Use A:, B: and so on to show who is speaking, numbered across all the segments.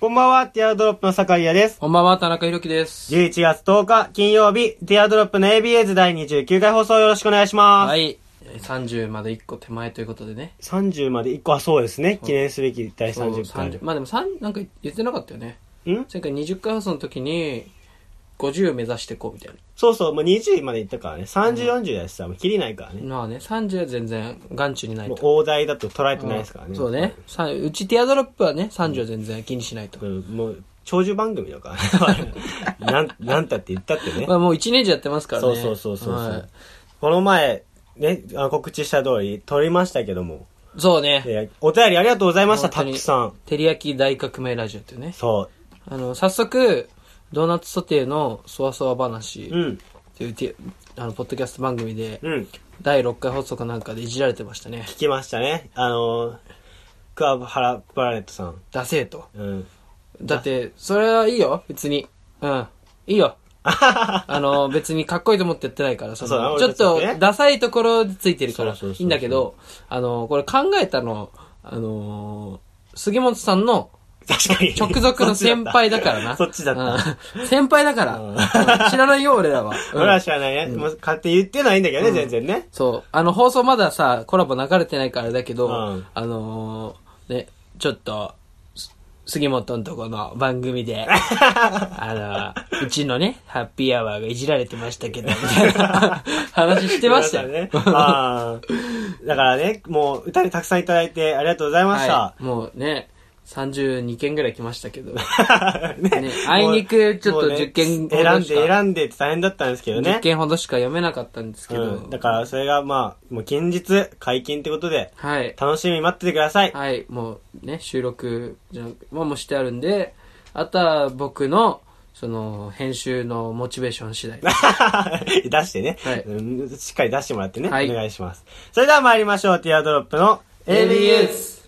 A: こんばんは、ティアドロップの坂井谷です。
B: こんばんは、田中裕樹です。
A: 11月10日金曜日、ティアドロップの ABS 第29回放送よろしくお願いします。
B: はい。えー30まで1個手前ということでね。
A: 30まで1個はそうですね。記念すべき第30
B: そう
A: 回。
B: まあでも3、なんか言ってなかったよね。
A: ん
B: 前回20回放送の時に、50目指していこうみたい
A: そうそう、もう20まで行ったからね。30、40やしさ、もう切りないからね。
B: な。まあね、30は全然眼中にない
A: もう
B: と。
A: 大台だと捉えてないですからね。
B: そうね。さうちティアドロップはね、30は全然気にしないと
A: う。ん。もう、長寿番組だから。 なん、なんたって言ったってね
B: ま。あもう1年以上やってますからね。
A: そうそうそうそうそう、
B: はい
A: この前、ね、あの告知した通り、撮りましたけども。
B: そうね。
A: えーお便りありがとうございました、た
B: 本当に
A: くさん。
B: 照り焼き大革命ラジオっていうね。
A: そ
B: あの、早速、ドーナツソテーのそわそわ話
A: う。うん。
B: っていうて、あの、ポッドキャスト番組で、
A: うん。
B: 第6回放送かなんかでいじられてましたね。
A: 聞きましたね。あのー、クアブハラプラネットさん。
B: ダセーと。
A: うん。
B: だって、それはいいよ、別に。うん。いい よ。あの、別にかっこいいと思ってやってないから、そ
A: そうだ
B: の、
A: な
B: ちょっと
A: 俺たちはね
B: ダサいところついてるから、
A: そうそうそう
B: い
A: そう
B: いんだけど、あの、これ考えたの、あのー杉本さんの
A: 確かに。
B: 直属の先輩だから な。
A: そっちだった。
B: うん先輩だから。うん知らないよ、俺らは。う ん
A: 俺は知らないね。もう勝手に言ってないんだけどね、全然ね。
B: そう。あの、放送まださ、コラボ流れてないからだけど、
A: うん
B: あのーね、ちょっと、す杉本んとこの番 組で、あの、うちのね、ハッピーアワーがいじられてましたけど、みたいな話して ましたよ。
A: ね。あーだからね、もう、歌にたくさんいただいてありがとうございました。
B: はい、もうね、32件ぐらい来ました けど、
A: ね
B: ねあいにくちょっ
A: も
B: と
A: うね
B: 10件ほどしか
A: 選んで、選んでって大変だったんですけどね
B: 10。件ほどしか読めなかったんですけど、
A: うん。だから、それが、まあ、もう近日解禁ってことで、
B: はい。
A: 楽しみに待っててください。
B: はい、もうね、収録じゃはもうしてあるんで、あとは僕の、その、編集のモチベーション次第。
A: 出してね、
B: はい
A: うんしっかり出してもらってね、
B: はい
A: お願いします。それでは参りましょう。ティアドロップの ABS。
B: ABS!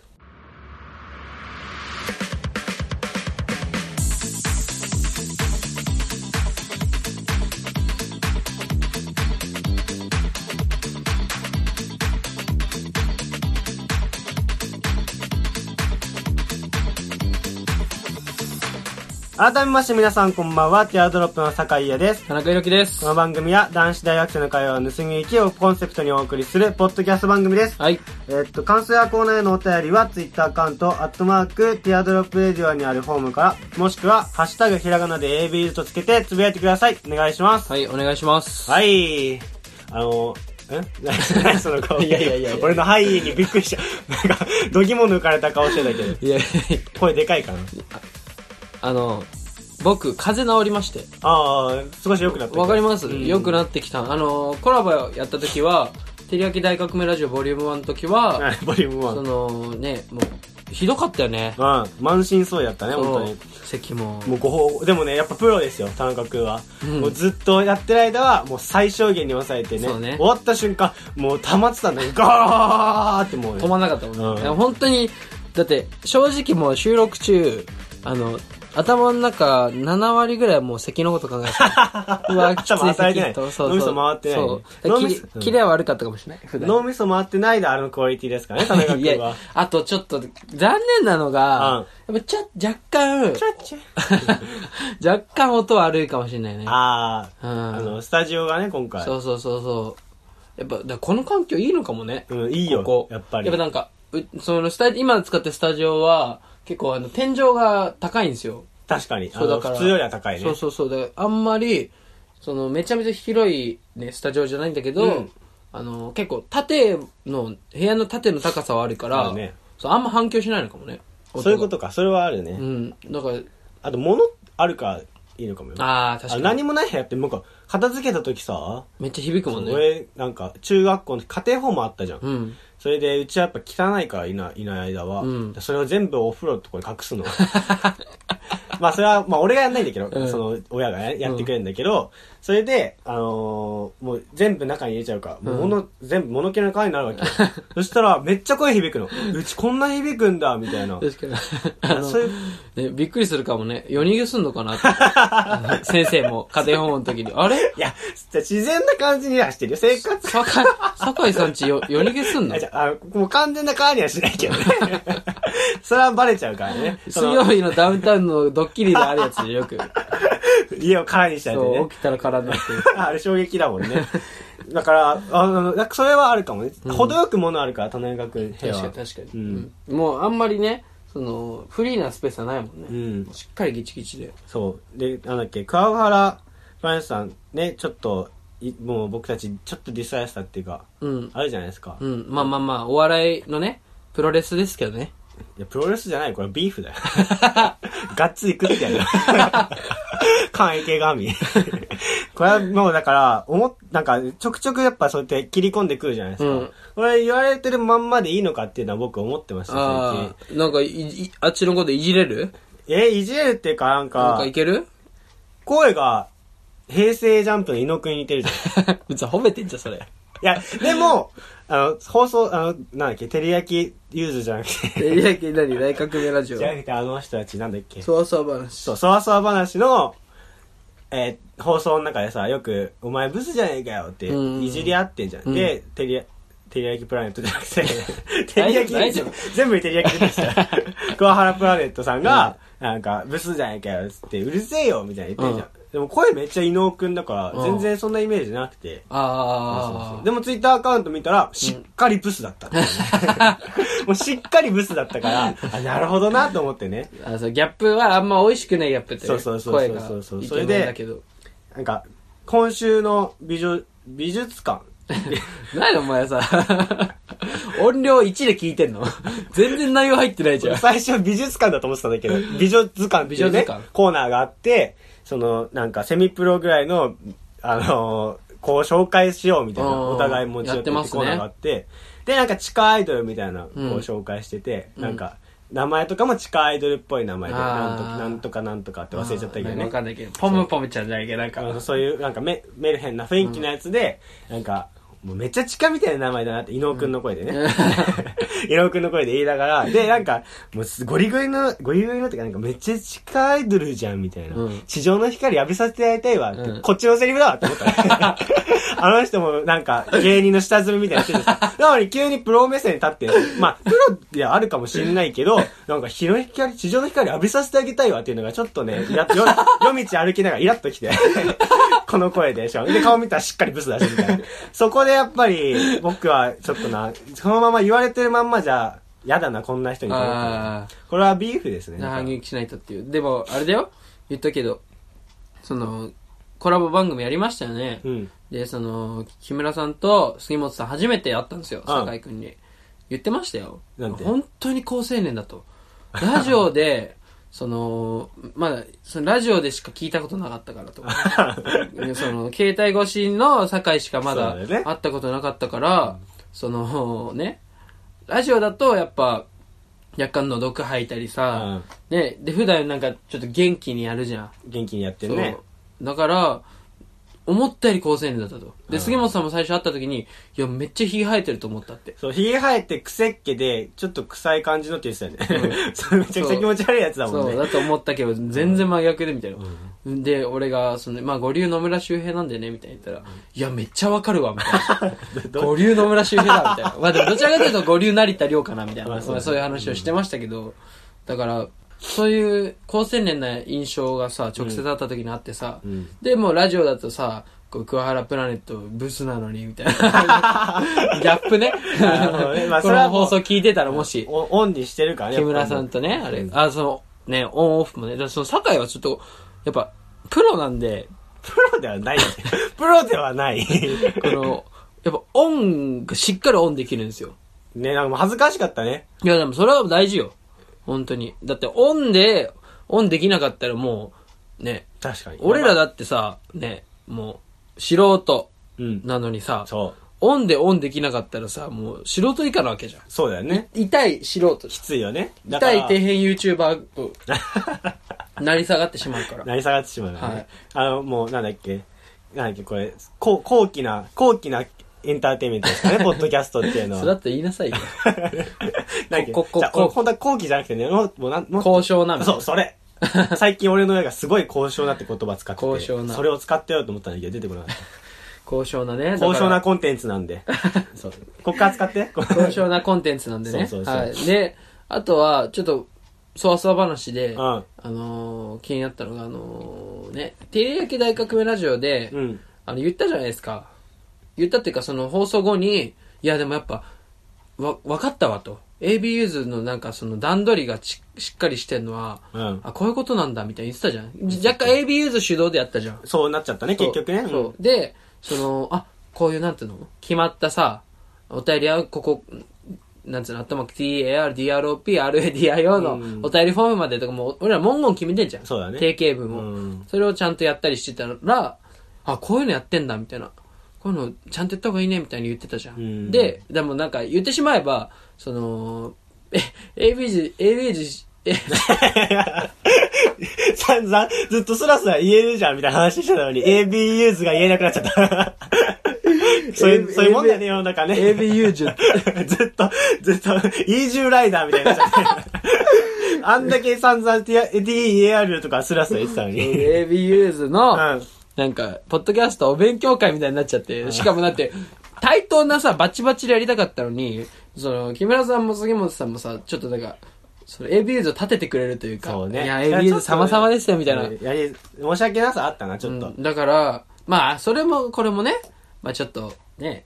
A: 改めまして皆さんこんばんは。ティアドロップの酒井優です。
B: 田中裕樹です
A: こ。の番組は男子大学生の会話を盗み行きをコンセプトにお送りするポッドキャスト番組です。
B: はい。
A: えっと、感想やコーナーへのお便りは、ツイッターアカウント、アットマーク、ティアドロップレディオにあるホームから、もしくは、ハッシュタグひらがなで ABS とつけて、つぶやいてください。お願いします。
B: はい、お願いします。い。
A: はい。あの、え 何その顔。
B: いやいやいやいや
A: 俺のハイにびっくりした。なんか、どぎも抜かれた顔してたけど。
B: いや、
A: 声でかいかな
B: あの、僕、風邪治りまして。
A: ああ、少し良くなった。
B: わかります
A: うん
B: 良くなってきた。あの、コラボやった時は、てりやき大革命ラジオボリューム1の時は、
A: はいボリューム
B: そのね、もう、ひどかったよね。
A: 1。うん。満身創痍だったね、本当
B: そう
A: に。。
B: 席も。
A: もうごほうでもね、やっぱプロですよ、田中君は。
B: うん
A: もうずっとやってる間は、もう最小限に抑えてね。
B: そうね
A: 終わった瞬間、もう溜まってたんだよ。ガーってもうね、
B: 止まんなかったもんね、
A: うん
B: いや本当にだって正直もう収録中あの頭の中7割ぐらいはもう咳のこと考えて たうわきつい
A: 頭働いてない
B: 咳とそう
A: 脳み
B: そ
A: そ
B: う
A: 回ってないね
B: そう
A: 脳み
B: き
A: そうん
B: キレは悪かったかもしれない普段
A: 脳みそ回ってないであのクオリティですからね、田中
B: いや
A: 君は。
B: あとちょっと残念なのが、やっぱちょ若干
A: チャッチャ
B: 若干音悪いかもしれないね
A: ああ、
B: うん
A: あの、スタジオがね、今回。
B: そうそうそうそうやっぱだからこの環境いいのかもね、
A: うん、いいよ、
B: ここ
A: やっぱり。
B: やっぱなんか、うそのスタ今使ってるスタジオは、結構あの、天井が高いんですよ。
A: 確かに。あ
B: そうだ
A: の
B: から。
A: 普通よりは高いね。
B: そうそうそう。だからあんまり、その、めちゃめちゃ広いね、スタジオじゃないんだけど、
A: うん
B: あの、結構縦の、部屋の縦の高さはあるから、
A: そうね
B: そうあんま反響しないのかもね。音が
A: そういうことか、それはあるね。
B: うん。だから、
A: あと、物あるからいいのかもよ。
B: ああ、確か
A: あ
B: に。
A: 何もない部屋って、なんか、片付けた時さ、
B: めっちゃ響くもんね。
A: 俺、なんか、中学校の家庭訪問あったじゃん。
B: うん。
A: それで、うちはやっぱ汚いからいな、いない間は、
B: うん
A: それを全部お風呂のとこに隠すの。 まあ、それは、まあ、俺がやんないんだけど、
B: うん
A: その、親がねやってくれるんだけど、それで、あのーもう全部中に入れちゃうから、もう物、全部物気の皮になるわけ。 そしたら、めっちゃ声響くの。うちこんな響くんだ、みたいな。
B: 確かに。あの
A: そういう
B: ね、びっくりするかもね。夜逃げすんのかなってあの 先生も家庭訪問の時に、あれ
A: いや、自然な感じにはしてるよ。生活
B: 酒井、酒井さんちよ、夜逃げすんの
A: あじゃああ、もう完全な川にはしないけどね。 それはバレちゃうからね。
B: 水
A: その
B: 曜日のダウンタウンのドッキリであるやつでよ く。
A: 家を空にしたり
B: そ
A: ね
B: う、。起きたら空になってる。
A: あれ衝撃だもんね。だから、あの、なんかそれはあるかもね。程よくものあるから、田中君、部
B: 確
A: 屋
B: かに
A: は。
B: 確かに、
A: うん
B: もうあんまりねそのフリーなスペースはないもんね、
A: うん。
B: しっかりギチギチで
A: そう。で、なんだっけ、桑原フランスさん、ね、ちょっと、いもう僕たち、ちょっとディスられてたっていうか、
B: うん、
A: あるじゃないですか。
B: う
A: い
B: ん、まあまあまあお笑いのねプロレスですけどね
A: や、プロレスじゃない、これビーフだよ。 がっつり食ってやるよ。 関係神。 これはもうだから、思っ、なんか、ちょくちょくやっぱそうやって切り込んでくるじゃないですか。
B: うん
A: これ言われてるまんまでいいのかっていうのは僕思ってました、最近
B: あ。あなんかいいあっちのこといじれる
A: え、いじれるっていうか、なん
B: なん
A: か
B: か、いける
A: 声が、平成ジャンプの猪野くんに似てるじゃん。
B: 別に褒めてんじゃんそれ
A: いや、でも、あの、放送、あの、なんだっけ、照り焼きユーズじゃなくて、
B: えいやけ何大革命ラジオ
A: じゃなくて、あの人たちなんだっけ。
B: そわそわ話
A: そう、そわそわ話の、えー放送の中でさ、よく、お前ブスじゃねえかよって、
B: うん
A: いじり合ってんじゃん。
B: うん
A: で、照りや、照り焼きプラネットじゃな くて、照り焼
B: 大
A: き
B: 丈夫大丈、
A: 全部に照り焼き出てきた。桑原プラネットさんが、なんか、ブスじゃねえかよっつって、うるせえよみたいな言ってんじゃん。でも声めっちゃ伊野尾くんだから、
B: うん
A: 全然そんなイメージなくて。そうそう
B: あ
A: そう
B: あ
A: でもツイッターアカウント見たら、しっかりブスだったっていう ね、もうしっかりブスだったから、あ、なるほどなと思ってね。
B: あそうギャップはあんま美味しくないギャップって
A: そうそうそう
B: 声が
A: そうそうそう
B: イケメンだけど
A: なんか、今週の美女、美術館。
B: 何お前さ音量1で聞いてんの全然内容入ってないじゃん
A: 最初美術館だと思ってたんだ けど、美女図鑑っていうね
B: 美女図鑑、
A: コーナーがあって、その、なんかセミプロぐらいの、あのーこう紹介しようみたいな、
B: うん
A: お互い持ち寄って
B: やってま
A: る
B: す
A: コ
B: ね
A: ーナーがあって、で、なんか地下アイドルみたいな、こう
B: うん
A: 紹介してて、なんか、名前とかも地下アイドルっぽい名前で、
B: あー
A: なんとかなんとかなんとかって忘れちゃったけど
B: うんわ
A: ね。
B: かんないけど、ポムポムちゃんじゃないけど、なんか
A: あ。のそういうなんかメメルヘンな雰囲気のやつで、なんかもうめっちゃ地下みたいな名前だなって伊野尾くんの声でね、 伊野尾くんの声で言いながらでなんかもうすゴリゴリのゴリゴリのってかなんかめっちゃ地下アイドルじゃんみたいな、
B: うん
A: 地上の光浴びさせてやりたいわって、
B: うん
A: こっちのセリフだわって思った あの人もなんか芸人の下積みみたいな人でさなのに急にプロ目線に立ってまあプロではあるかもしれないけ どなんか日の光地上の光浴びさせてあげたいわっていうのがちょっと ねイラッ夜夜道歩きながらイラッときて この声でしょ。で、顔見たらしっかりブスだし、み たいな。そこでやっぱり、僕はちょっとな、そのまま言われてるまんまじゃ、やだな、こんな人にと思って。
B: あ
A: これはビーフですね。
B: あ、反撃しないとっていう。でも、あれだよ言ったけど、その、コラボ番組やりましたよね。
A: うん。
B: で、その、木村さんと杉本さん初めて会ったんですよ、
A: うん
B: 酒井くんに。言ってましたよ。
A: なんて
B: 本当に高青年だと。ラジオで、 その、まだ、そのラジオでしか聞いたことなかったから とか。でその、携帯越しの酒井しかまだ
A: そうだよね
B: 会ったことなかったから、そ,、の、ね、ラジオだとやっぱ、若干の毒吐いたりさ、ね、で、普段なんかちょっと元気にやるじゃん。
A: 元気にやってるね。
B: そうだから、思ったより高青年だったと。
A: う
B: で、
A: ん
B: 杉本さんも最初会った時に、いや、めっちゃひげ生えてると思ったって。
A: そう、髭生えて癖っ気で、ちょっと臭い感じのって言ってたよね。 それめちゃくちゃ気持ち悪いやつだもん
B: そ
A: ね。
B: う、だと思ったけど、全然真逆で、みたいな。で、俺が、その、まあ、五流野村周平なんでね、みたいな言ったら、いや、めっちゃわかるわ、みたいな。
A: ど
B: 五流野村周平だ、みたい な。まあでも、どちらかというと五流成田亮かな、みたいな。
A: ま
B: ま
A: あ
B: あ
A: そうだね
B: そういう話をしてましたけど、だから、そういう高青年な印象がさ、直接会った時にあってさ、
A: うん
B: で、もうラジオだとさ、こう桑原プラネットブスなのに、みたいな。ギャップね。
A: なるほどねまあ
B: こ
A: それは
B: の
A: もう
B: 放送聞いてたらもし、
A: おオンにしてるからね。
B: 木村さんとね、あれ、あ、その、ね、オンオフもね、だからその酒井はちょっと、やっぱ、プロなんで、
A: プロではない。 プロではない。
B: この、やっぱオンがしっかりオンできるんですよ。
A: ね、なんかもう恥ずかしかったね。
B: いや、でもそれは大事よ。本当に。だって、オンで、オンできなかったらもう、ね、
A: 確かに。
B: 俺らだってさ、ね、もう、素人
A: うん。
B: なのにさ、
A: そう。
B: オンでオンできなかったらさ、もう素人以下なわけじゃん。
A: そうだよね。
B: 痛い素人。
A: きついよね。だか
B: 痛
A: ら
B: い底辺 YouTuber と、成り下がってしま うから。
A: 成り下がってしまうからね、
B: はい
A: あのもうなんだっけなんだっけこれ高高貴な高貴なエンターテインメントです かねポッドキャストっていうの
B: それだ
A: は
B: ったら言いなさ いよ。
A: なんだっけ
B: こここ
A: じゃあ俺本当は高貴じゃなくてねもうもうなんもっと
B: 交渉なの。
A: そうそ れ最近俺の親がすごい高尚なって言葉使ってて
B: 高尚な
A: それを使ってようと思ったんだけど出てこなかっ
B: 高尚な
A: た
B: ね。
A: 高尚な
B: だか
A: コンテンツなんでそうこっから使って
B: ら。高尚なコンテンツなんでね。
A: そうそうそう
B: はい。で、あとは、ちょっと、そわそわ話で、
A: うん
B: あのー気になったのが、あのーね、テレヤキ大革命ラジオで、
A: うん。
B: あの、言ったじゃないですか。言ったっていうか、その放送後に、いや、でもやっぱ、わ、分かったわと。AB ユーズのなんかその段取りがちしっかりしてるのは、
A: うん
B: あ、こういうことなんだみたいに言ってたじゃん。じ若干 AB ユーズ主導でやったじゃん。
A: そうなっちゃったね、結局ね。
B: そう。で、その、あ、こういう、なんていうの決まったさ、お便りは、ここ、なんていうの頭 TAR、DROP、RADIO
A: うん
B: のお便りフォームまでとかも、俺ら文言決めてんじゃん。
A: そうだね
B: 定型文を、
A: うん
B: それをちゃんとやったりしてたら、あ、こういうのやってんだ、みたいな。こういうのちゃんとやった方がいいね、みたいに言ってたじゃん。
A: うん
B: で、でもなんか言ってしまえば、その、え、AB 字、AB 字、 え、
A: 散々、ずっとスラスラ言えるじゃんみたいな話してたのに、AB ユーズが言えなくなっちゃった。そういう、そういうもんだよね、世の中ね。
B: AB ユージュっ て。
A: ずっと、ずっと、イージューライダーみたいになっちゃって。 あんだけ散々 DEAR とかスラスラ言ってたのに。
B: AB ユーズの、
A: うん。
B: なんか、ポッドキャストお勉強会みたいになっちゃって、しかもだって、対等なさ、バチバチでやりたかったのに、その、木村さんも杉本さんもさ、ちょっとなんか、その AB ユーズを立ててくれるというか、
A: そうね。
B: いや、AB ユーズ様々ですよ、みたいな。
A: やり、申し訳なさあったな、ちょっと。
B: うんだから、まあ、それも、これもね、まあちょっと、ね、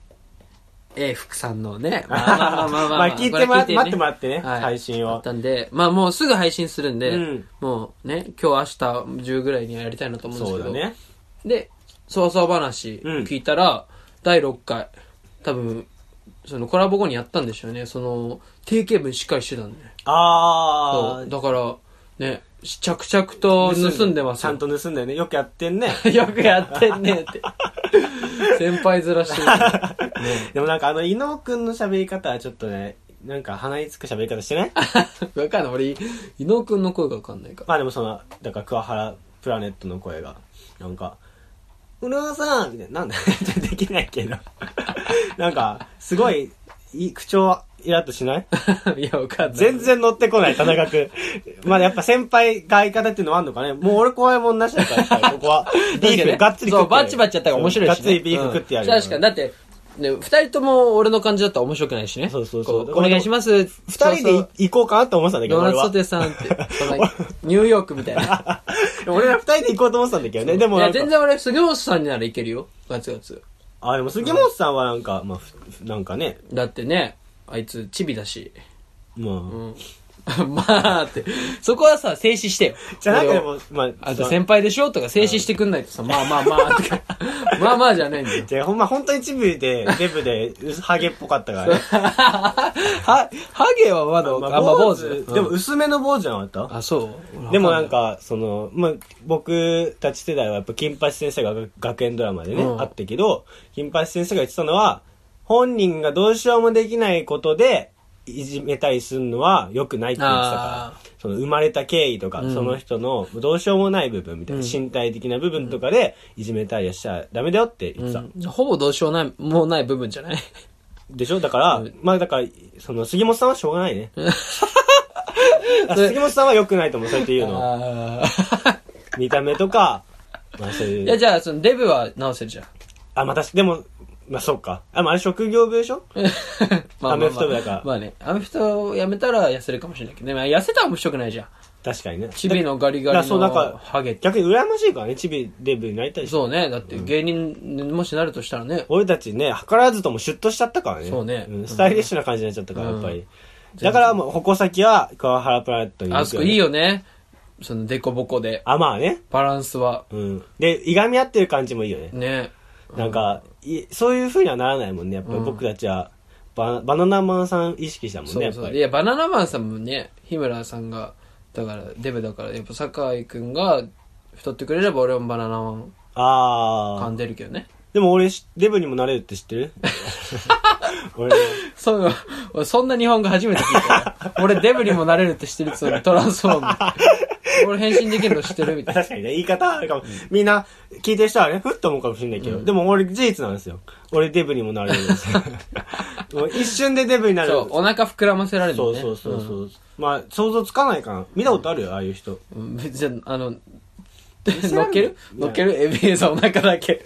B: A 福さんのね、まあまあまあまあまあ、
A: まあ聞いてもら
B: これ
A: 待ってもらってね
B: はい
A: 配信を
B: だったんで、まあもうすぐ配信するんで、
A: うん
B: もうね、今日明日10ぐらいにはやりたいなと思うんです
A: そ
B: け
A: う
B: ど、
A: だね。
B: で、そわそわ話
A: うん
B: 聞いたら、第6回、多分、そのコラボ後にやったんでしょうね。その、定型文しっかりしてたんで。
A: あ
B: そう
A: ー。
B: だから、ね、着々と盗んでます
A: ちゃん
B: よ。
A: と盗んだよね。よくやってんね。
B: よくやってん ねって。先輩ずらしてる。
A: でもなんかあの、伊野尾くんの喋り方はちょっとね、なんか鼻につく喋り方してね。
B: わかんない。俺、伊野くんの声がわかんないから。
A: まあでもその、だから桑原プラネットの声が、なんか、うるおさんみたいな、なんだちょっとで きないけど。 なんか、すごい、いい口調、イラッと しない
B: いや、わかんない。
A: 全然乗ってこない、田中君。まあやっぱ先輩が相方っていうのはあんのかねもう俺怖いもんなしだからさ、ここは。ビ
B: 確かに
A: ー
B: ね
A: フ、がっつり食ってやる
B: そう、バチバチやったら面白いし、ね。
A: がっつりビーフ食ってやる。
B: うん確かに。だって、ね、二人とも俺の感じだったら面白くないしね。
A: そうそうそう
B: こお願いします。
A: 二人でい行こうかなって思ってたんだけど、
B: ドー
A: 俺
B: ナツ
A: は
B: ソ。テーさん って、そのニューヨークみたいな。
A: 俺は二人で行こうと思ってたんだけどね。でも
B: い
A: な
B: や、
A: んか
B: 全然俺、杉本さんにならいけるよ。ガツガツ。
A: あ、でも杉本さんはなんか、まあ、ふなんかね、
B: だってね、あいつ、チビだし。
A: まあ、
B: うん。 まあって。そこはさ、静止してよ。
A: じゃなくて
B: 俺を
A: も、まあ、
B: あと先輩でしょとか静止してくんないとさ、まあまあまあ、と か。まあまあじゃないんだよ。
A: じゃあほんま、本当にチビで、デブで、ハゲっぽかったからね。
B: は、ハゲはまだ、
A: ま
B: あんま坊主。
A: でも、
B: うん、
A: 薄めの坊主じゃなかった
B: あ、そう
A: でもなん、か、その、まあ、僕たち世代はやっぱ、金八先生が学学園ドラマでね、
B: うん
A: あったけど、金八先生が言ってたのは、本人がどうしようもできないことで、いじめたりするのは良くないって言ってた
B: あ
A: から、その生まれた経緯とか、
B: うん
A: その人のどうしようもない部分みたいな、
B: うん
A: 身体的な部分とかでいじめたりはしちゃダメだよって言ってた。
B: うんほぼどうしようない、もうない部分じゃない
A: でしょだから、まあだから、その、杉本さんはしょうがない ね。あ杉本さんは良くないと思う、そうやって言うの。
B: あー
A: 見た目とか、まあそう
B: い
A: い
B: や、
A: う。
B: じゃあ、その、デブは直せるじゃん。
A: あ、まあ確かでも、まあそうか。あ、まああれ職業病でしょ
B: まあまあまあ
A: アメフト部だから
B: まあね、アメフトをやめたら痩せるかもしれないけどね。まあ、痩せたら面白くないじゃん。
A: 確かにね。
B: チビのガリ
A: だ
B: ガ
A: から
B: リ
A: そう、
B: の
A: だから、
B: ハゲって。
A: 逆に羨ましいからね、チビデブになりたいし。
B: そうね、だって芸人にもしなるとしたらね、
A: 俺たちね、図らずともシュッとしちゃったからね。
B: そうね
A: んスタイリッシュな感じになっちゃったから、
B: うん
A: やっぱり。だからもう、矛先は、川原プラネットに行くよね。
B: あそこいいよね。その、デコボコで。
A: あ、まあね。
B: バランスは。
A: うん。で、いがみ合ってる感じもいいよね。
B: ね。
A: なんか、いそういう風にはならないもんね。やっぱり僕たちは、ババナナマンさん意識したもん
B: そ
A: ね、や
B: う
A: っ
B: そ
A: ぱ
B: う。
A: り。
B: いや、バナナマンさんもね、日村さんが、だから、デブだから、やっぱ、酒井くんが太ってくれれば俺もバナナマン
A: あ
B: 噛
A: あ。
B: んでるけどね。
A: でも俺し、デブにもなれるって知って る俺、
B: そう、俺そんな日本語初めて聞いたよ。俺デブにもなれるって知ってるっつうのにトランスフォー ム。俺変身できるの知ってるみたいな。
A: 確かにね、言い方はあるかも。みんな、聞いてる人はね、ふっと思うかもしれないけど、でも俺事実なんですよ。俺デブにもなれるんです よ。もう一瞬でデブになる。
B: そう、お腹膨らませられる
A: そ
B: の
A: う
B: ね。
A: そうそうそう、まあ、想像つかないかな。見たことあるよ、ああいう人。
B: うん。別に、あの、
A: せ
B: 乗
A: らん
B: っける乗っけるエビエさんお腹だ け。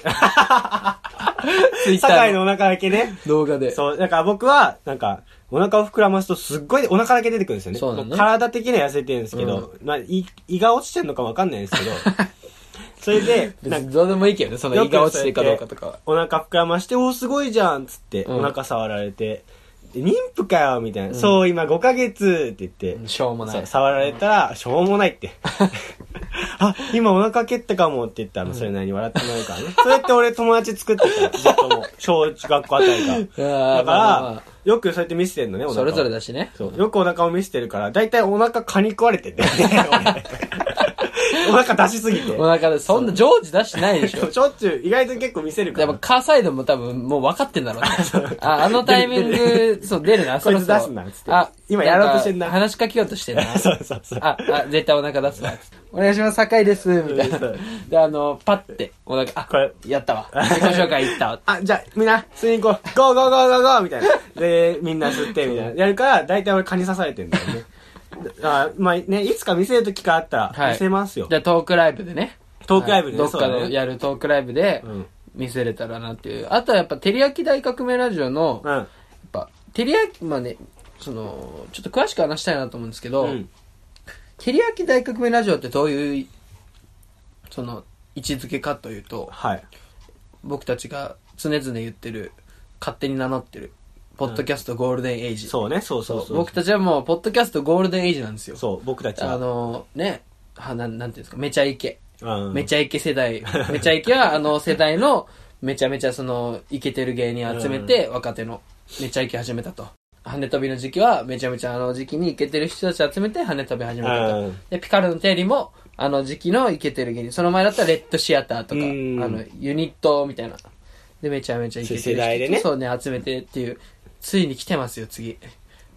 B: ツイッタ
A: 酒井
B: ー
A: のお
B: の
A: 腹だけね。
B: 動画で。
A: そう、だから僕は、なんか、お腹を膨らますとすっごいお腹だけ出てくるんですよね。
B: そうだね
A: も体的には痩せてるんですけど、まあ、い胃が落ちてるのかわかんないです けど、それで、
B: 別
A: なん
B: に
A: か、
B: どうでもいいけどね、その胃が落ちてるかどうかとかは。
A: お腹膨らまして、おーすごいじゃんっつって、
B: うん
A: お腹触られて、で妊婦かよみたいな、そう、今5ヶ月って言って、
B: しょうもな
A: そう
B: い。
A: 触られたら、しょうもない って。あ、今お腹蹴ったかもって言ったら、それなりに笑ってない からね。そうやって俺友達作ってた。ずっともう、小中学校あたり から。だか
B: あー
A: ら、
B: まあまあまあ
A: よくそうやって見せてんのね、お腹を
B: それぞれだしね。
A: そう。よくお腹を見せてるから、だいたいお腹蚊に食われてん だよね。俺お腹出しすぎて。
B: もうなんか、そんな常時出してないでしょ。
A: しょっちゅう、意外と結構見せるか
B: で
A: ら。
B: も、カーサイドも多分、もう分かってんだろうね。あ、あのタイミング、そう、出るな、そろそ
A: こい
B: ろ。
A: つ出すなつって
B: あ、
A: 今やろうとしてんな
B: か話しかけようとしてんな。
A: そうそうそう。
B: あ、あ、絶対お腹出すわ。お願いします、酒井です、みたいな
A: そう。
B: で、あの、パッて、お腹、あ、
A: これ
B: やったわ。自己紹介いったわ。
A: あ、じゃあ、みんな、吸いに行こう。ゴーゴーゴーゴーゴーみたいな。で、みんな吸って、みたいな。やるから、大体俺蚊に刺されてんだよね。あまあね、いつか見せる時があった
B: は
A: ら、
B: い
A: 見せますよ。
B: じゃあ、トークライブでね。
A: トークライブでね
B: はいどっ
A: そ
B: か
A: うだ
B: の
A: ね
B: やるトークライブで
A: うん、
B: 見せれたらなっていう。あとはやっぱ、照り焼き大革命ラジオの、
A: う
B: やっ
A: ん。
B: ぱ、照り焼き、まあね、その、ちょっと詳しく話したいなと思うんですけど、
A: うん。
B: 照り焼き大革命ラジオってどういう、その、位置づけかというと、
A: はい。
B: 僕たちが常々言ってる、勝手に名乗ってる、ポッドキャストゴールデンエイジ。
A: そうね、そうそうそう。
B: 僕たちはもう、ポッドキャストゴールデンエイジなんですよ。
A: そう、僕たち
B: あ
A: は。
B: の、ね、はなん、なんていうんですか、めちゃイケ。
A: うん
B: めちゃイケ世代。 めちゃイケは、あの世代の、めちゃめちゃその、イケてる芸人集めて、若手の、めちゃイケ始めたと。跳ね飛びの時期は、めちゃめちゃあの時期にイケてる人たち集めて、跳ね飛び始めた
A: う
B: と
A: ん。
B: で、ピカルの定理も、あの時期のイケてる芸人。その前だったら、レッドシアターとか、
A: うん
B: あの、ユニットみたいな。で、めちゃめちゃイケてる人
A: 世代でね
B: そうね、集めてっていう。ついに来てますよ、次。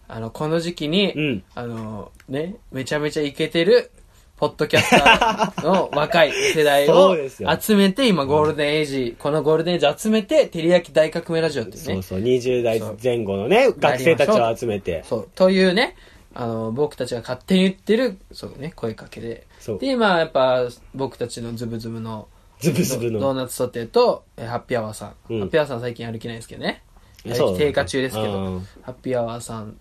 B: あの、この時期に、
A: うん
B: あの、ね、めちゃめちゃイケてる、ポッドキャスタ ーの若い世代
A: そ
B: を
A: うですよ
B: 集めて、今ゴールデンエイジ、このゴールデンエイジ集めて、照り焼き大革命ラジオっていうね。
A: そうそう、20代前後のね、学生たちを集めて。
B: そう。というね、あの、僕たちが勝手に言ってる、そうね、声かけで。
A: そう
B: で、まあ、やっぱ、僕たちのズブズブの、
A: ズブズブ
B: ドドー
A: の。
B: ナツソテーと、えハッピーアワーさん。
A: うん
B: ハッピーアワーさん最近歩けないですけどね。
A: そう
B: やる気低下中ですけ
A: う
B: ど
A: ん、
B: ハッピーアワーさん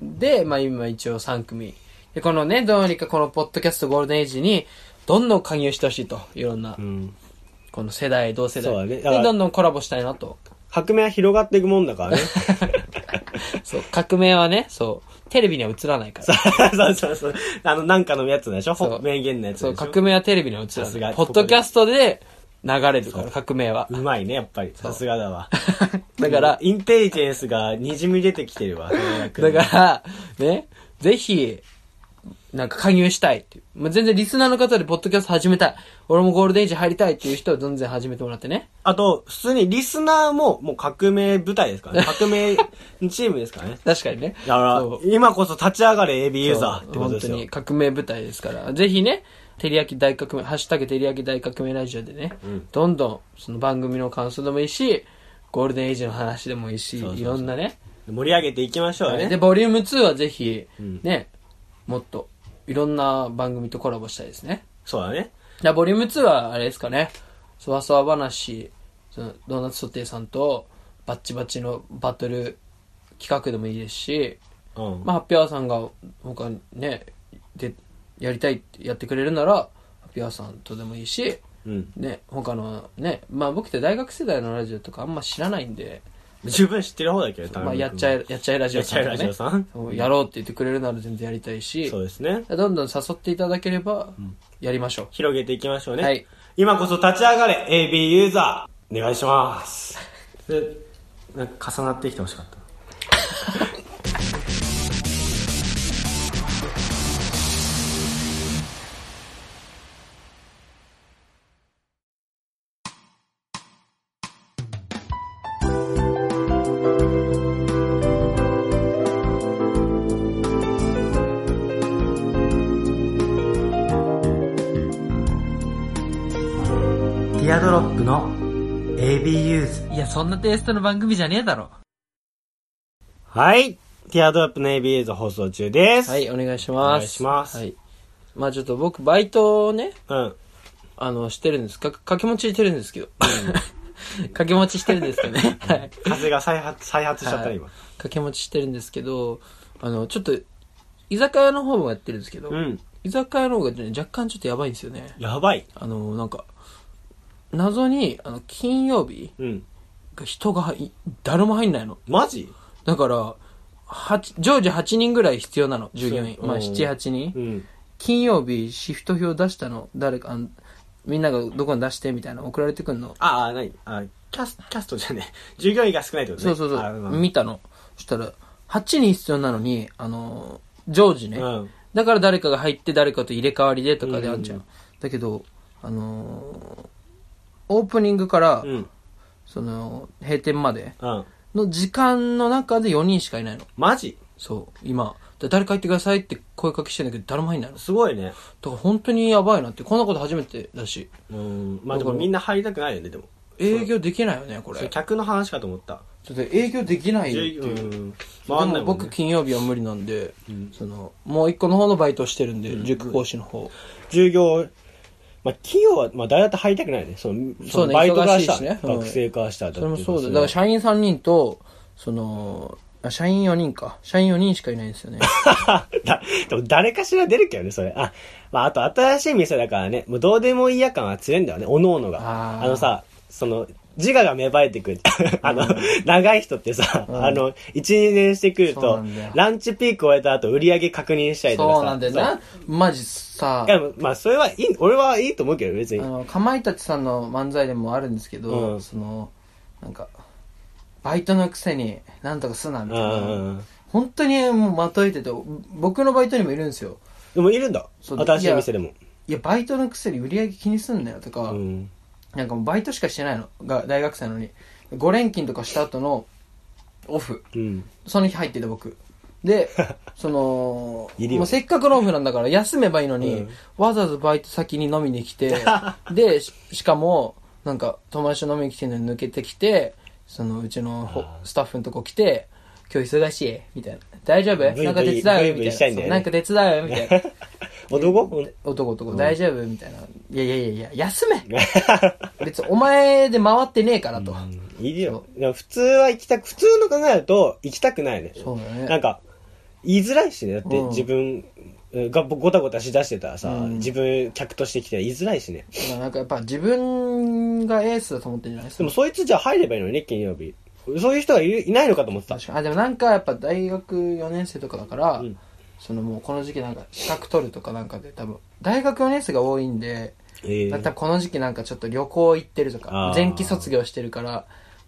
B: で、まあ今一応3組。で、このね、どうにかこのポッドキャストゴールデンエイジに、どんどん加入してほしいと。いろんな
A: う、ん。
B: この世代、同世
A: そうだ
B: 代。
A: ね
B: で、
A: だから
B: どんどんコラボしたいな と。
A: 革命は広がっていくもんだからね。
B: そう、革命はね、そう、テレビには映らないから。
A: そうそうそう。あの、なんかのやつでしょ
B: そう
A: 名言のやつ
B: そう、
A: でしょ
B: 革命はテレビには映
A: さ
B: ら
A: す
B: な
A: が
B: い。ポッドキャストで流れるから、革命は。
A: うまいね、やっぱり。さすがだわ。
B: だから、
A: インテリジェンスが滲み出てきて るわ。だ
B: だから、ね、ぜひ、なんか加入したいっていう。まあ、全然リスナーの方でポッドキャスト始めたい。俺もゴールデンエイジ入りたいっていう人は全然始めてもらってね。
A: あと、普通にリスナーも、もう革命部隊ですからね。革命チームですからね。
B: 確かにね。
A: だから
B: そう、
A: 今こそ立ち上がれ AB ユーザーってこと
B: 本
A: で
B: 当
A: すよ
B: に。革命部隊ですから。ぜひね、照り焼き大革命、ハッシュタグ照り焼き大革命ラジオでね、どんどんその番組の感想でもいいし、ゴールデンエイジの話でもいいし、
A: そうそうそう
B: いろんなね。
A: 盛り上げていきましょう
B: で、
A: ね。
B: ボリューム2はぜひ、
A: ん
B: ね、もっと、いろんな番組とコラボしたいですね。
A: そうだね。
B: じゃあ、ボリューム2は、あれですかね、そわそわ話、そのドーナツソテーさんと、バッチバチのバトル企画でもいいですし、
A: うん。
B: まあ、ハッピーアワーさんが、他にね、で、やりたいってやってくれるなら、ハッピーアワーさんとでもいいし、
A: うん。
B: ね、他のね、まあ僕って大学世代のラジオとかあんま知らないんで、
A: 十分知ってる方だけど、田
B: まあ
A: 辺君
B: やっちゃえ、やっちゃえラジオさんとか、ね、
A: やっちゃえラジオさん
B: そうやろうって言ってくれるなら全然やりたいし、
A: そうですね。
B: どんどん誘っていただければ、やりましょう。
A: 広げていきましょうね。
B: はい
A: 今こそ立ち上がれ AB ユーザーお願いし ます。で、なんか重なってきてほしかった。ティアドロップの AB ユーザー。
B: いや、そんなテイストの番組じゃねえだろ。
A: はい。ティアドロップの AB ユーザー放送中です。
B: はい、お願いします。
A: お願いします
B: はい。まあちょっと僕、バイトをね、
A: うん。
B: あの、してるんです。か、掛け持ちしてるんですけど。掛け持ちしてるんですけど ね。はい。
A: 風が再発、再発しちゃった
B: は
A: ね、
B: い
A: 今。
B: 掛け持ちしてるんですけど、あの、ちょっと、居酒屋の方もやってるんですけど、
A: うん。
B: 居酒屋の方が、ね、若干ちょっとやばいんですよね。
A: やばい。
B: あの、なんか、謎に、あの、金曜日
A: うん。
B: が人が入、誰も入んないの。
A: マジ
B: だから、八常時8人ぐらい必要なの、従業員。
A: そう
B: まあ、
A: うん
B: 7、8人。
A: うん。
B: 金曜日シフト表出したの誰かあのみんながどこに出してみたいなの送られてくんの、
A: ああ、なにあキャス、キャストじゃねえ。 従業員が少ないってこと
B: そ
A: ね。
B: うそうそう、
A: あまあ
B: 見たのそしたら8人必要なのにあの常時ね、
A: うん
B: だから誰かが入って誰かと入れ替わりでとかであんじゃん、
A: う
B: だけどあのーオープニングから、
A: うん。
B: その閉店まで
A: うん。
B: の時間の中で4人しかいないの
A: マジ
B: そう今だ誰か入ってくださいって声かけしてんだけど誰も入んないのだ
A: すごいね。
B: から本当にやばいなってこんなこと初めてだし
A: うん。まあ
B: だ
A: で
B: から
A: もみんな入りたくないよね、でも。
B: 営業できないよねこれ
A: それ客の話かと思った。
B: ちょっと営業できないよって
A: 従業
B: いう。
A: 員。
B: で
A: 回んない
B: も
A: もんね
B: 僕。金曜日は無理なんで、
A: うん
B: そのもう一個の方のバイトしてるんで、塾講師の方、
A: 従業、まあ企業は、まあ大学入りたくないよね。その、
B: そう
A: の
B: ね
A: バイトからした
B: 忙しいしね
A: ら、
B: うん
A: 学生からしたら
B: それも
A: って
B: そうだよだから社員3人とそのあ社員4人か社員4人しかい ないんですよね
A: だ でも誰かしら出るけどね、それ。あ、まあ、あと新しい店だからね、もうどうでもいいや感は強いんだよね、おのおのが。
B: あ
A: あ
B: ー
A: のさ、その、自我が芽生えてくる。 あの、長い人ってさ、
B: うん
A: あの、1、2年してくる
B: そうな
A: と
B: んだよ、
A: ランチピーク終えた後、売り上げ確認したりとかさ。
B: そうなんだよなマジさ
A: いや、まあ、それはいい、俺はいいと思うけど、別
B: あ
A: に。
B: のかまいたちさんの漫才でもあるんですけど、
A: うん
B: そのなんかバイトのくせになんとかすなみたいな、
A: うん。
B: 本当にもうまといてて僕のバイトにもいるんですよ
A: でも、いるんだ。
B: そうだ
A: 新しい店でも。
B: いやバイトのくせに売り上げ気にすんなよとか、
A: うん。
B: なんかもうバイトしかしてないのが大学生なのに5連勤とかした後のオフ
A: うん。
B: その日入ってて僕 でその
A: いるよ
B: もうせっかくのオフなんだから休めばいいのに、
A: うん
B: わざわざバイト先に飲みに 来てでししかもなんか友達と飲みに来てるのに抜けてきてそのうちのほ
A: あー
B: スタッフのとこ来て今日忙しいみたいな大丈夫
A: ブイブイ
B: なんか手伝うよ
A: ブイブイ
B: み
A: したた
B: い
A: いんだよ
B: なそう
A: ね
B: なんか手伝うよみたい な
A: 男
B: 男男大丈夫みたいないやいやいやいや 休め別にお前で回ってねえからと、
A: うんいるよ。でも普通は行きたく、普通の考えると、行きたくないね。
B: そうだね
A: なんか、言いづらいしね。だって
B: うん
A: 自分がごたごたしだしてたらさ、
B: うん
A: 自分客として来て言いづらいしね。
B: だからなんかやっぱ自分がエースだと思ってるんじゃないです
A: で
B: か
A: もそいつじゃあ入ればいいのにね、金曜日。そういう人がいるいないのかと思ってた。
B: 確かにあでもなんかやっぱ大学4年生とかだから、
A: うん
B: そのもうこの時期なんか資格取るとかなんかで多分大学4年生が多いんで、
A: ええ
B: 多分この時期なんかちょっと旅行行ってるとか
A: あー
B: 前期卒業してるから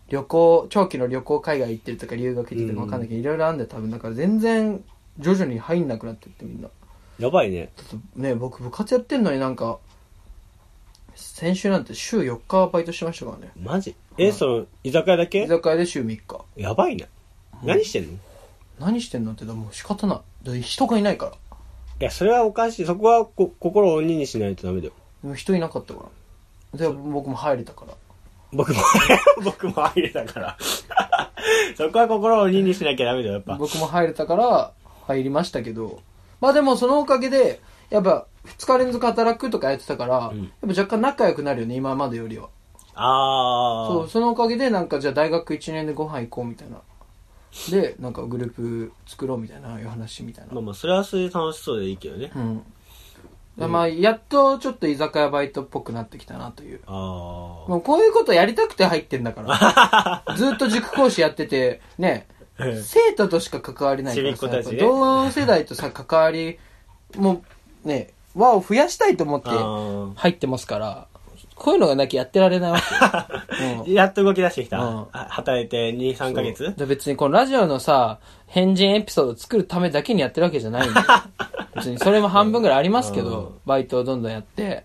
B: 旅行長期の旅行海外行ってるとか留学行ってるとかわかんないけど、いろいろあるんで多分だから全然徐々に入んなくなってってみんな
A: やばいね。
B: ちょっとね僕部活やってんのになんか先週なんて週4日バイトしてましたからね
A: マジえ、その、居酒屋だ
B: 居
A: け
B: 酒屋で週3日
A: やばいね。何してんのい
B: 何してんのってでも仕方ないだって人がいないから
A: や、それはおかしい。そこはこ心を鬼にしないとダメだよ。
B: でも人いなかったからで僕も入れたから
A: 僕 も、僕も入れたから。 そこは心を鬼にしなきゃダメだよ、やっぱ。
B: 僕も入れたから入りましたけどまあでもそのおかげでやっぱ2日連続働くとかやってたから、
A: ん
B: やっぱ若干仲良くなるよね今までよりは
A: あー。
B: そうそのおかげでなんかじゃあ大学1年でご飯行こうみたいなでなんかグループ作ろうみたいなああいう話みたいな
A: まあまあ、それはそれで楽しそうでいいけどね。
B: うん、まあやっとちょっと居酒屋バイトっぽくなってきたなという
A: ああ。
B: もうこういうことやりたくて入ってん だから。ずっと塾講師やってて、ね、
A: うん
B: 生徒としか関わりないから
A: ち
B: さ、
A: びっ子たちね
B: やっぱ同世代とさ、関わり、もう、ね、輪を増やしたいと思って
A: あ
B: 入ってますから、こういうのがなきゃやってられないわ けようん
A: やっと動き出してきた。
B: うん
A: あ働いて2、3ヶ
B: そう
A: 月
B: で別にこのラジオのさ、変人エピソードを作るためだけにやってるわけじゃない んだよ。別にそれも半分ぐらいありますけ
A: うん
B: ど、バイトをどんどんやって、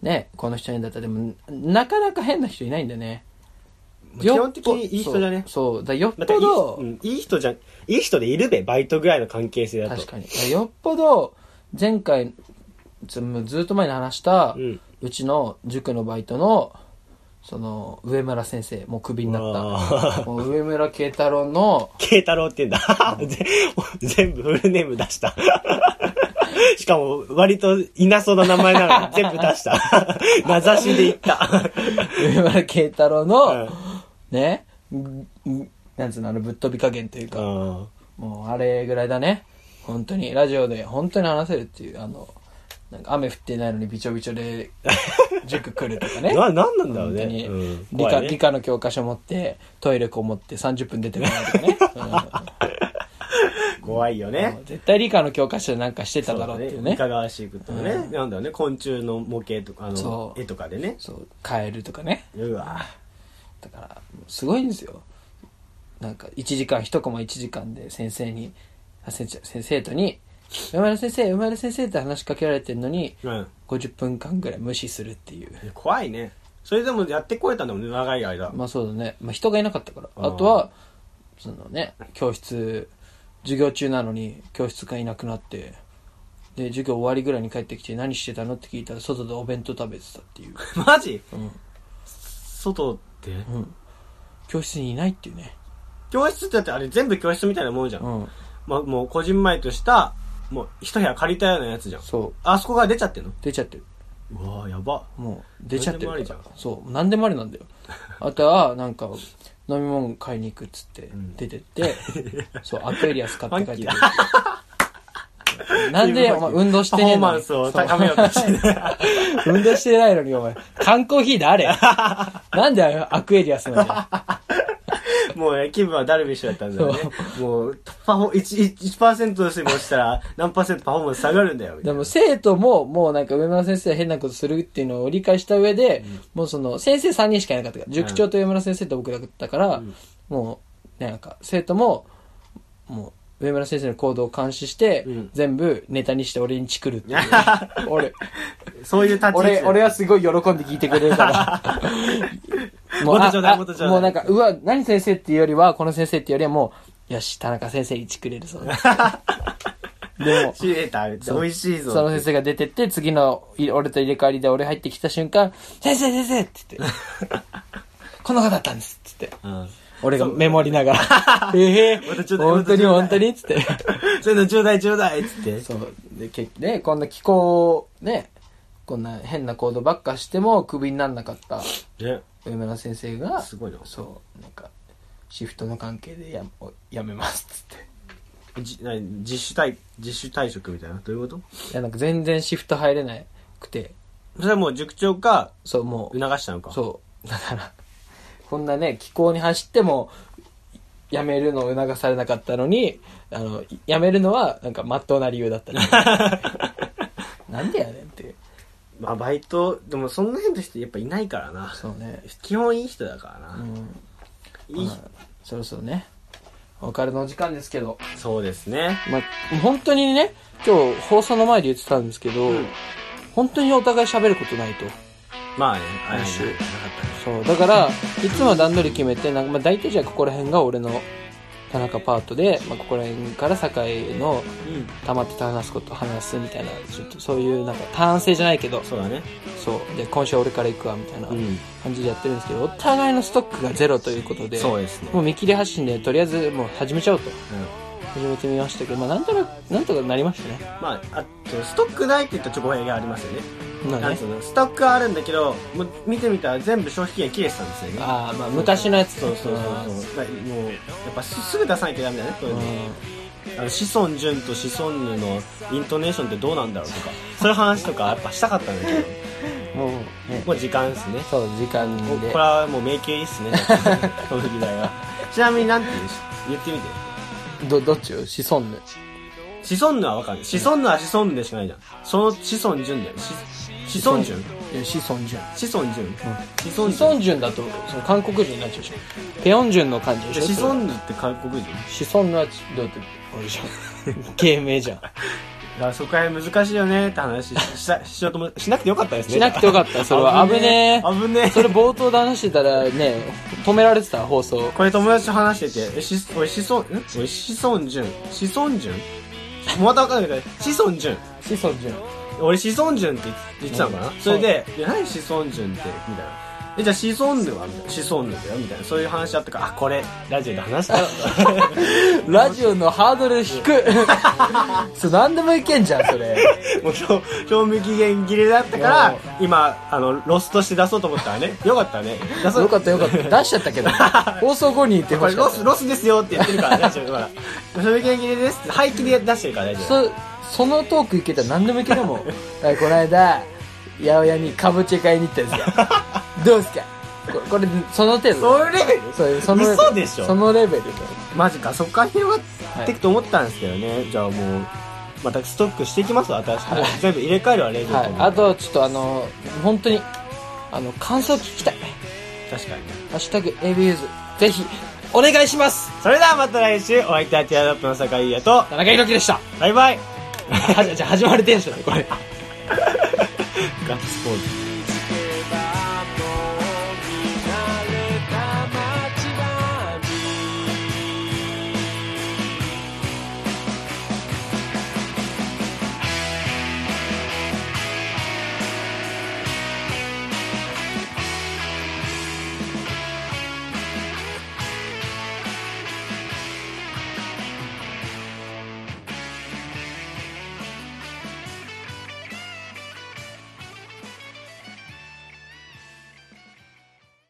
B: ね、この人にだったら、でも、なかなか変な人いないんだよね。
A: 基本的にいい人じゃね。
B: そうそうだよっ
A: ま
B: ぽ
A: たいい,、
B: ど、
A: うん、いい人じゃん、いい人でいるべ、バイトぐらいの関係性だと。
B: 確かにだよっぽど前回ずずっと前に話した、
A: うん
B: うちの塾のバイトのその上村先生もうクビになった
A: あ
B: もう上村慶太郎の
A: 慶太郎って言うんだ。ぜ全部フルネーム出した。 しかも、割といなそうな名前なの に全部出した。 名指しで言った。
B: 上村慶太郎の、
A: うん
B: ね、んんなんつうの、あの、ぶっ飛び加減というか、
A: うん。
B: もうあれぐらいだね。本当に、ラジオで本当に話せるっていう、あの、なんか雨降ってないのにびちょびちょで塾来るとか ね。
A: な、なんなんだろう
B: 本
A: ね
B: 当。に、
A: うん
B: 理
A: 怖
B: 科、
A: いね
B: 理科の教科書持って、トイレこもって30分出てこない とかね。
A: 怖いよ
B: うん
A: ね。
B: 絶対理科の教科書でなんかしてただろうっていうね
A: い。かがわしいことね、
B: う
A: なんだろうね昆虫の模型とかあの
B: そう
A: 絵とかでね
B: そう、カエルとかね。
A: うわ
B: だから、もうすごいんですよ。なんか、1時間、1コマ1時間で先生に、あ先生先生とに、山田先生、山田先生って話しかけられてるのに、
A: うん
B: 50分間ぐらい無視するっていう。
A: 怖いねそれでもやってこえたんだもんね長い間、
B: まあそうだね。まあ人がいなかったから。
A: あ
B: あ
A: ー
B: とは、そのね、教室、授業中なのに教室がいなくなって、で、授業終わりぐらいに帰ってきて何してたのって聞いたら外でお弁当食べてたっていう。
A: マジ
B: うん。
A: 外って
B: うん。教室にいないっていうね。
A: 教室ってだってあれ全部教室みたいなもんじゃん、
B: うん。
A: ま、もうこじんまりとしたもう一部屋借りたようなやつじゃん
B: そ
A: あそこが出ちゃってんの
B: う。出ちゃってる。
A: うわやば
B: もう出ちゃってるから
A: 何でもありじ
B: そう何でもありな んだよあとはなんか飲み物買いに行くっつって
A: ん
B: 出 てって、そうアクエリアス買って帰ってく
A: フ
B: る なんでお前運動してねえのに
A: パフォーマンスを高めようとして
B: そう運動してないのにお前缶コーヒーであれなんであれアクエリアスなんだよ
A: もうね、気分はダルビッシュだったんだよねもうパフォ1 1%としてもしたら何パーセントパフォーマンス下がるんだよみた
B: で
A: いな
B: も生徒ももうなんか上村先生が変なことするっていうのを理解した上で、もうその先生3人しかいなかったから塾長と上村先生と僕だったから、もうなんか生徒ももう上村先生の行動を監視して、
A: うん
B: 全部ネタにして俺にチク るっていう俺
A: そういう立ち位置
B: 俺俺はすごい喜んで聞いてくれるから
A: もっとちょうだい
B: ああ
A: もっとちょうだい
B: もうなんかうわ何先生っていうよりはこの先生っていうよりはもうよし田中先生にチク れるそうでも
A: シータ美
B: そう
A: 味しいぞ
B: その先生が出てって、次のい俺と入れ替わりで俺入ってきた瞬間、 先生先生って言って、 この子だったんですって言って、
A: うん
B: 俺がメモり ながら、ええ
A: またちょうだい
B: 本当に
A: ま
B: 本
A: たちょう
B: 当
A: だ
B: にっつって。
A: そういうのちょうだいちょうだいっつって。
B: そう。で、結ね、こんな気候、ね、こんな変な行動ばっかしてもクビになんなかった
A: ね。
B: 上村先生が、
A: すごいな
B: そう、なんか、シフトの関係でややめますっつって。
A: じな自主退、自主退職みたいな。どういうこと
B: いや、なんか全然シフト入れなくて、
A: それはもう塾長が
B: そう、もう、
A: 促したのか。う。
B: そう。 だから、こんなね、気候に走っても、やめるのを促されなかったのに、あの、やめるのは、なんか、まっとうな理由だったり。なんでやねんっていう。
A: まあバイト、でもそんな変な人やっぱいないからな。
B: そうね。
A: 基本いい人だからな。
B: うん。
A: いい
B: まあそろそろね、お別れのお時間ですけど、
A: そうですね。
B: まあ、本当にね、今日放送の前で言ってたんですけど、本当にお互い喋ることないと。
A: まあね、あ
B: 今週
A: なかったね
B: そう。だから、いつもは段取り決めて、なんか、まあ、大体じゃあここら辺が俺の田中パートで、まあ、ここら辺から酒井の溜まってた話すこと話すみたいな、ちょっとそういうなんか、単性じゃないけど
A: うん。、そうだね。
B: そう。で、今週は俺から行くわ、みたいな
A: うん
B: 感じでやってるんですけど、お互いのストックがゼロということで、
A: そうですね。
B: もう見切り発信で、とりあえずもう始めちゃおうと。
A: うん
B: 始めてみましたけど、まあ、なんとなく、なんとかなりましたね。
A: まあ、あと、ストックないって言ったチョコレーがありますよね。
B: まあ
A: なん
B: ね
A: つう。のストックはあるんだけど、もう見てみたら全部消費期限切れてたんですよね。
B: ああ、まあ、昔のやつ
A: そうそうそうそう。だからもう、やっぱすすぐ出さなきゃダメだね、これ
B: う
A: ね。
B: ん
A: あの、子孫淳と子孫ヌのイントネーションってどうなんだろうとか、そういう話とかやっぱしたかったんだけど、
B: もう、 ね、
A: もう時間ですね。
B: そう、時間
A: こ
B: で
A: これ。はもう迷宮いいっすね、 この時代は。ちなみになんて言うし、言ってみ
B: ど、どっちよ子孫ぬ。
A: て。子孫ヌはわかんない。子孫ヌは子孫ヌでしかないじゃん。その子孫淳だよ。子子孫淳
B: いや、子孫順。
A: 子孫淳子孫
B: 子
A: 淳
B: 孫順だと、その韓国人になっちゃうでしょ。ペヨン順の漢字でしょ。
A: 子孫ヌって韓国人
B: 子孫のはち、どうやって、あれじゃ ん。芸名じゃん。
A: だからそこら辺難しいよねって話ししたしようともしなくてよかったですね
B: しなくてよかった、それは。危ね
A: 危ねえ
B: え。それ冒頭で話してたらね、止められてた、放送。
A: これ友達と話してて、え、し、おい、しそん、んおい、しそんじゅん。しそんじゅんまたわかんないけど、しそんじゅん。
B: 子孫順。
A: 俺、しそんじゅんって言ってたのかな、
B: うん
A: それで、いや、何しそんじゅんって、みたいな。えじゃあシソンヌはみたいなシソンヌだよみたいなそういう話あったからあこれラジオで話したよ
B: ラジオのハードル低い そう何でもいけんじゃんそ れ
A: もう賞賞味期限切れだったから
B: もう
A: 今あのロスとして出そうと思ったらねよかったね出そう
B: よかったよかった出しちゃったけど放送後に言って
A: こ
B: ほ
A: れ
B: しか
A: ロ
B: っ
A: ス
B: た
A: ロスですよって言ってるから大丈夫ほら 賞味期限切れですって廃棄で出してるから大丈夫
B: そそのトークいけたら何でもいけ るもんはいこの間八百屋にかぶち買いに行ったんですよ どうっすかここれその程度
A: それ
B: そうそのレベル
A: 嘘でしょ
B: そのレベル
A: マジかそこから広がっていくと思ったんですけどね、じゃあもうまたストックしていきますわ新しく、
B: はい
A: 全部入れ替えるわ冷蔵庫
B: はい
A: に、
B: あとちょっとあの本当にあの感想聞きたい
A: 確かに
B: 「ハッシュタグ #AB ユーズ」ぜひお願いします
A: それではまた来週お相手はティアドロップの酒井優也と
B: 田中裕樹でした
A: バイバイ
B: はじゃあ始まるテンションだこれ
A: ガッツポーズ